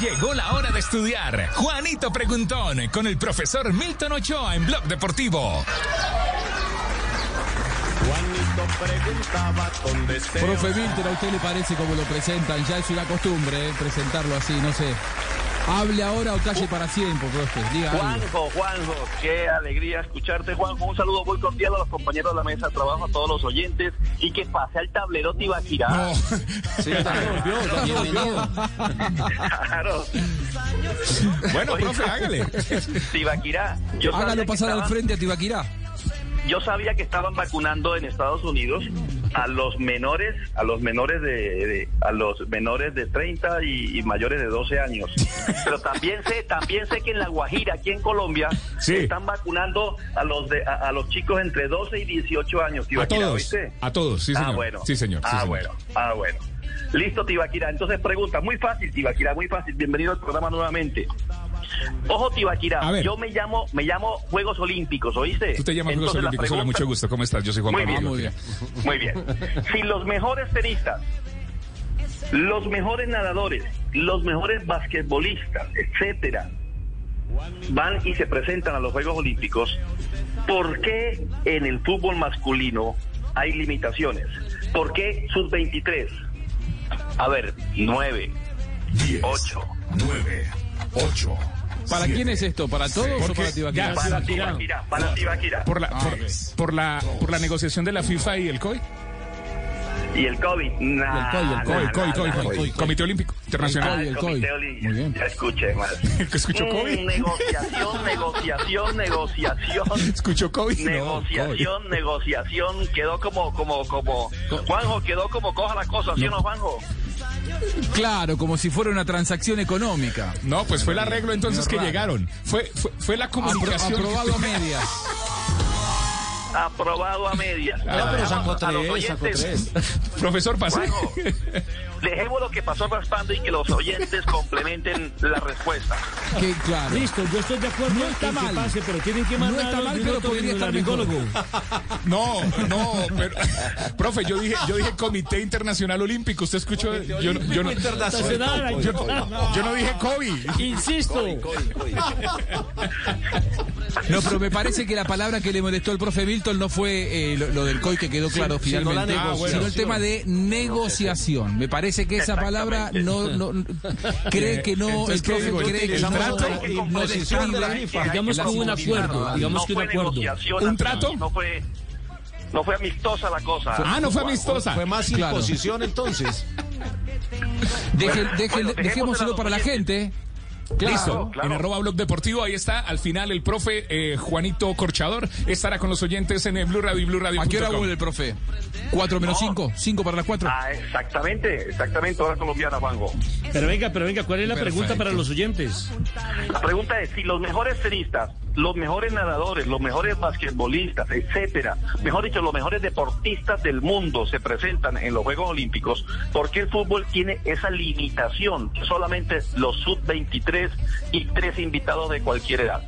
Llegó la hora de estudiar. Juanito Preguntón con el profesor Milton Ochoa en Blog Deportivo. Profe Milton, ¿a usted le parece como lo presentan? Ya es una costumbre eh, presentarlo así, no sé. Hable ahora o calle para siempre, profe. Diga algo. Juanjo, Juanjo, qué alegría escucharte, Juanjo. Un saludo muy cordial a los compañeros de la mesa de trabajo, a todos los oyentes y que pase al tablero Tibaquirá. Oh, Claro. Bueno, profe, hágale. Tibaquirá. Yo sabía Hágalo que pasar al estaban- frente a Tibaquirá. Yo sabía que estaban vacunando en Estados Unidos a los menores, a los menores de, de- a los menores de 30 y, y mayores de 12 años. Pero también sé, también sé que en la Guajira, aquí en Colombia, Sí. están vacunando a los de, a, a los chicos entre 12 y 18 años. A Tibaquirá, todos. ¿viste? A todos, sí, señor. Ah, bueno. Sí, señor. sí, ah, señor. bueno. Ah, bueno. Listo, Tibaquira. Entonces pregunta, muy fácil, Tibaquira, muy fácil. Bienvenido al programa nuevamente. Ojo, A Tibaquira, ver. yo me llamo, me llamo Juegos Olímpicos, ¿oíste? Tú te llamas Juegos Entonces, Olímpicos. la Hola, pregunta- mucho gusto. ¿Cómo estás? Yo soy Juan Muy Pablo. bien. Muy bien. Muy bien. Si los mejores tenistas, los mejores nadadores, los mejores basquetbolistas, etcétera, van y se presentan a los Juegos Olímpicos, ¿por qué en el fútbol masculino hay limitaciones? ¿Por qué sus 23? A ver, 9, 8. ¿Para quién este? es esto? ¿Para todos o Porque para Tibaquirá? ya- Para Tibaquira, para Tibaquira. Por la, por, por la, por la negociación de la FIFA y el COI. Y el COVID. Nah, El COI, el nah, COI, COI, nah, COI, COI, nah, COI, Comité Olímpico Ah, Internacional. el el COI. comité Olímpico. Muy bien. Ya escuché mal. Escucho Mm, COVID. Negociación, negociación, negociación. Escuchó COVID. No, COVID. Negociación, negociación. Quedó como, como, como. Juanjo, quedó como coja la cosa, ¿sí o no, Juanjo? Claro, como si fuera una transacción económica. No, pues fue el arreglo entonces que Raro. llegaron. Fue, fue, fue la Apro- comunicación. aprobado a medias. Aprobado a medias. Ah, Dejamos a los oyentes. Profesor, pasé. Juanjo, dejemos lo que pasó raspando y que los oyentes complementen la respuesta. Qué claro. Listo, yo estoy de acuerdo. No está en que mal. pase, pero tienen que No mandar está al mal, pero piloto podría estar mejor. laringólogo. No, no, pero, profe, yo dije, yo dije Comité Internacional Olímpico. Usted escuchó, yo, no- yo no, Internacional. yo no- yo no dije COVID. Insisto. No, pero me parece que la palabra que le molestó al profe Milton no fue eh, lo, lo del COI que quedó claro finalmente, la ah, negociación. sino el tema de negociación. Me parece que esa palabra no, no- no- cree que no, Entonces, el ¿qué profe digo? cree que no, Estamos no, hablando de no complementación de la describe FIFA. Digamos la que hubo un comunidad. acuerdo. Digamos no que un fue acuerdo. negociación, ¿Un trato? No fue, no fue amistosa la cosa. Ah, no fue amistosa. Fue más Claro. imposición entonces. Deje- Bueno, deje- bueno, dejémoselo para la gente. Listo, claro. en arroba blog deportivo, ahí está, al final el profe eh, Juanito Corchador estará con los oyentes en el Blue Radio y Blue Radio. ¿A qué hora vuelve el profe? ¿Cuatro menos No. cinco? ¿Cinco para las cuatro? Ah, exactamente, exactamente, hora colombiana, Juanjo. Pero venga, pero venga, ¿cuál es la pregunta Perfecto. para los oyentes? La pregunta es si los mejores tenistas, los mejores nadadores, los mejores basquetbolistas, etcétera, mejor dicho, los mejores deportistas del mundo se presentan en los Juegos Olímpicos, ¿por qué el fútbol tiene esa limitación? que Solamente los sub-23 y tres invitados de cualquier edad.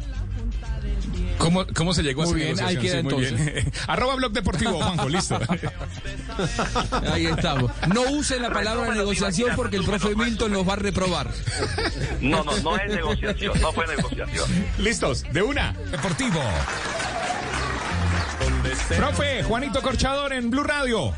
¿Cómo, cómo se llegó a esa Muy bien, ahí negociación? queda Sí, muy bien. arroba blog deportivo, Juanjo, listo. Ahí estamos. No usen la palabra Resúmelo, negociación Tibaquirá, porque el resúmelo, profe resúmelo. Milton los va a reprobar. No, no, no es negociación, no fue negociación. Listos, de una, deportivo. Profe, Juanito Corchador en Blue Radio.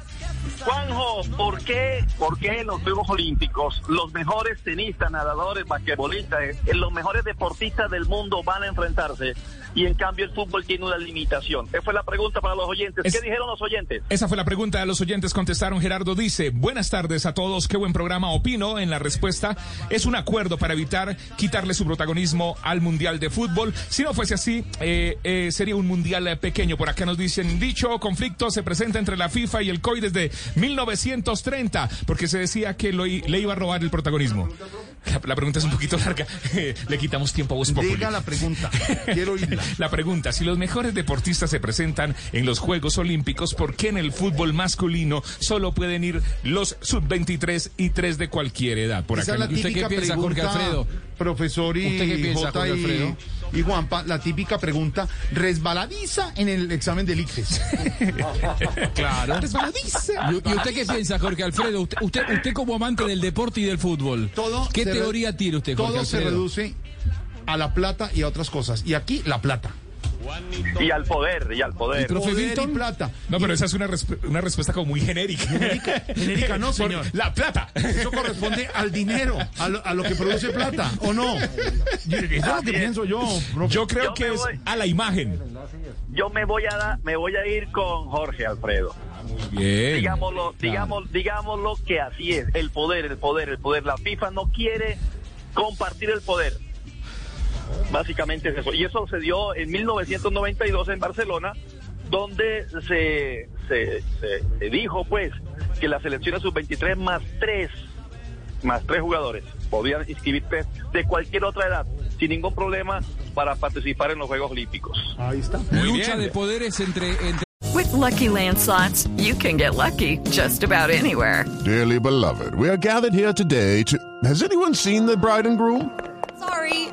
Juanjo, ¿por qué, ¿por qué en los Juegos Olímpicos los mejores tenistas, nadadores, basquetbolistas, eh, los mejores deportistas del mundo van a enfrentarse y en cambio el fútbol tiene una limitación? Esa fue la pregunta para los oyentes. Es- ¿Qué dijeron los oyentes? Esa fue la pregunta. Los oyentes contestaron. Gerardo dice: Buenas tardes a todos. Qué buen programa. Opino en la respuesta. Es un acuerdo para evitar quitarle su protagonismo al Mundial de Fútbol. Si no fuese así, eh, eh, sería un Mundial eh, pequeño. Por acá nos dicen: Dicho conflicto se presenta entre la FIFA y el COI desde 1930, porque se decía que lo i- le iba a robar el protagonismo. la, la pregunta es un poquito larga. Le quitamos tiempo a vos, Diga la pregunta. Quiero oírla. La pregunta, si los mejores deportistas se presentan en los Juegos Olímpicos, ¿por qué en el fútbol masculino solo pueden ir los sub-23 y 3 de cualquier edad? Por Esa acá es la en el- ¿Y usted qué típica piensa, Jorge pregunta, Alfredo? Profesor y ¿Usted qué piensa, Jota Jorge y- Alfredo? y Juanpa, la típica pregunta resbaladiza en el examen del ICFES. Claro. Resbaladiza. ¿Y, y usted qué piensa, Jorge Alfredo? Usted, usted, usted como amante del deporte y del fútbol, Todo ¿qué se re- teoría tiene usted, Jorge Todo se Alfredo? reduce a la plata y a otras cosas. Y aquí, la plata. Y al poder, y al poder. profe Poder Milton? y plata. No, pero esa es una, resp- una respuesta como muy genérica. Genérica, genérica no, señor. La plata. Eso corresponde al dinero, a lo, a lo que produce plata, ¿o no? Yo- Eso es lo que pienso yo. profe. Yo creo Yo que me es voy. a la imagen. Yo me voy a dar- me voy a ir con Jorge Alfredo. Bien. Digámoslo, digamos, digámoslo que así es. El poder, el poder, el poder. La FIFA no quiere compartir el poder. Básicamente es eso. Y eso se dio en 1992 en Barcelona, donde se, se, se- se dijo, pues, que las selecciones sub-23 más tres, más tres jugadores, podían inscribirse de cualquier otra edad, sin ningún problema, para participar en los Juegos Olímpicos. Ahí está. Lucha de poderes entre, entre With Lucky Land slots, you can get lucky just about anywhere. Dearly beloved, we are gathered here today to. Has anyone seen the bride and groom? Sorry,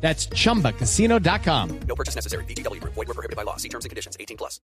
That's chumbacasino.com. No purchase necessary. VGW Group. Void were prohibited by law. See terms and conditions. 18 plus.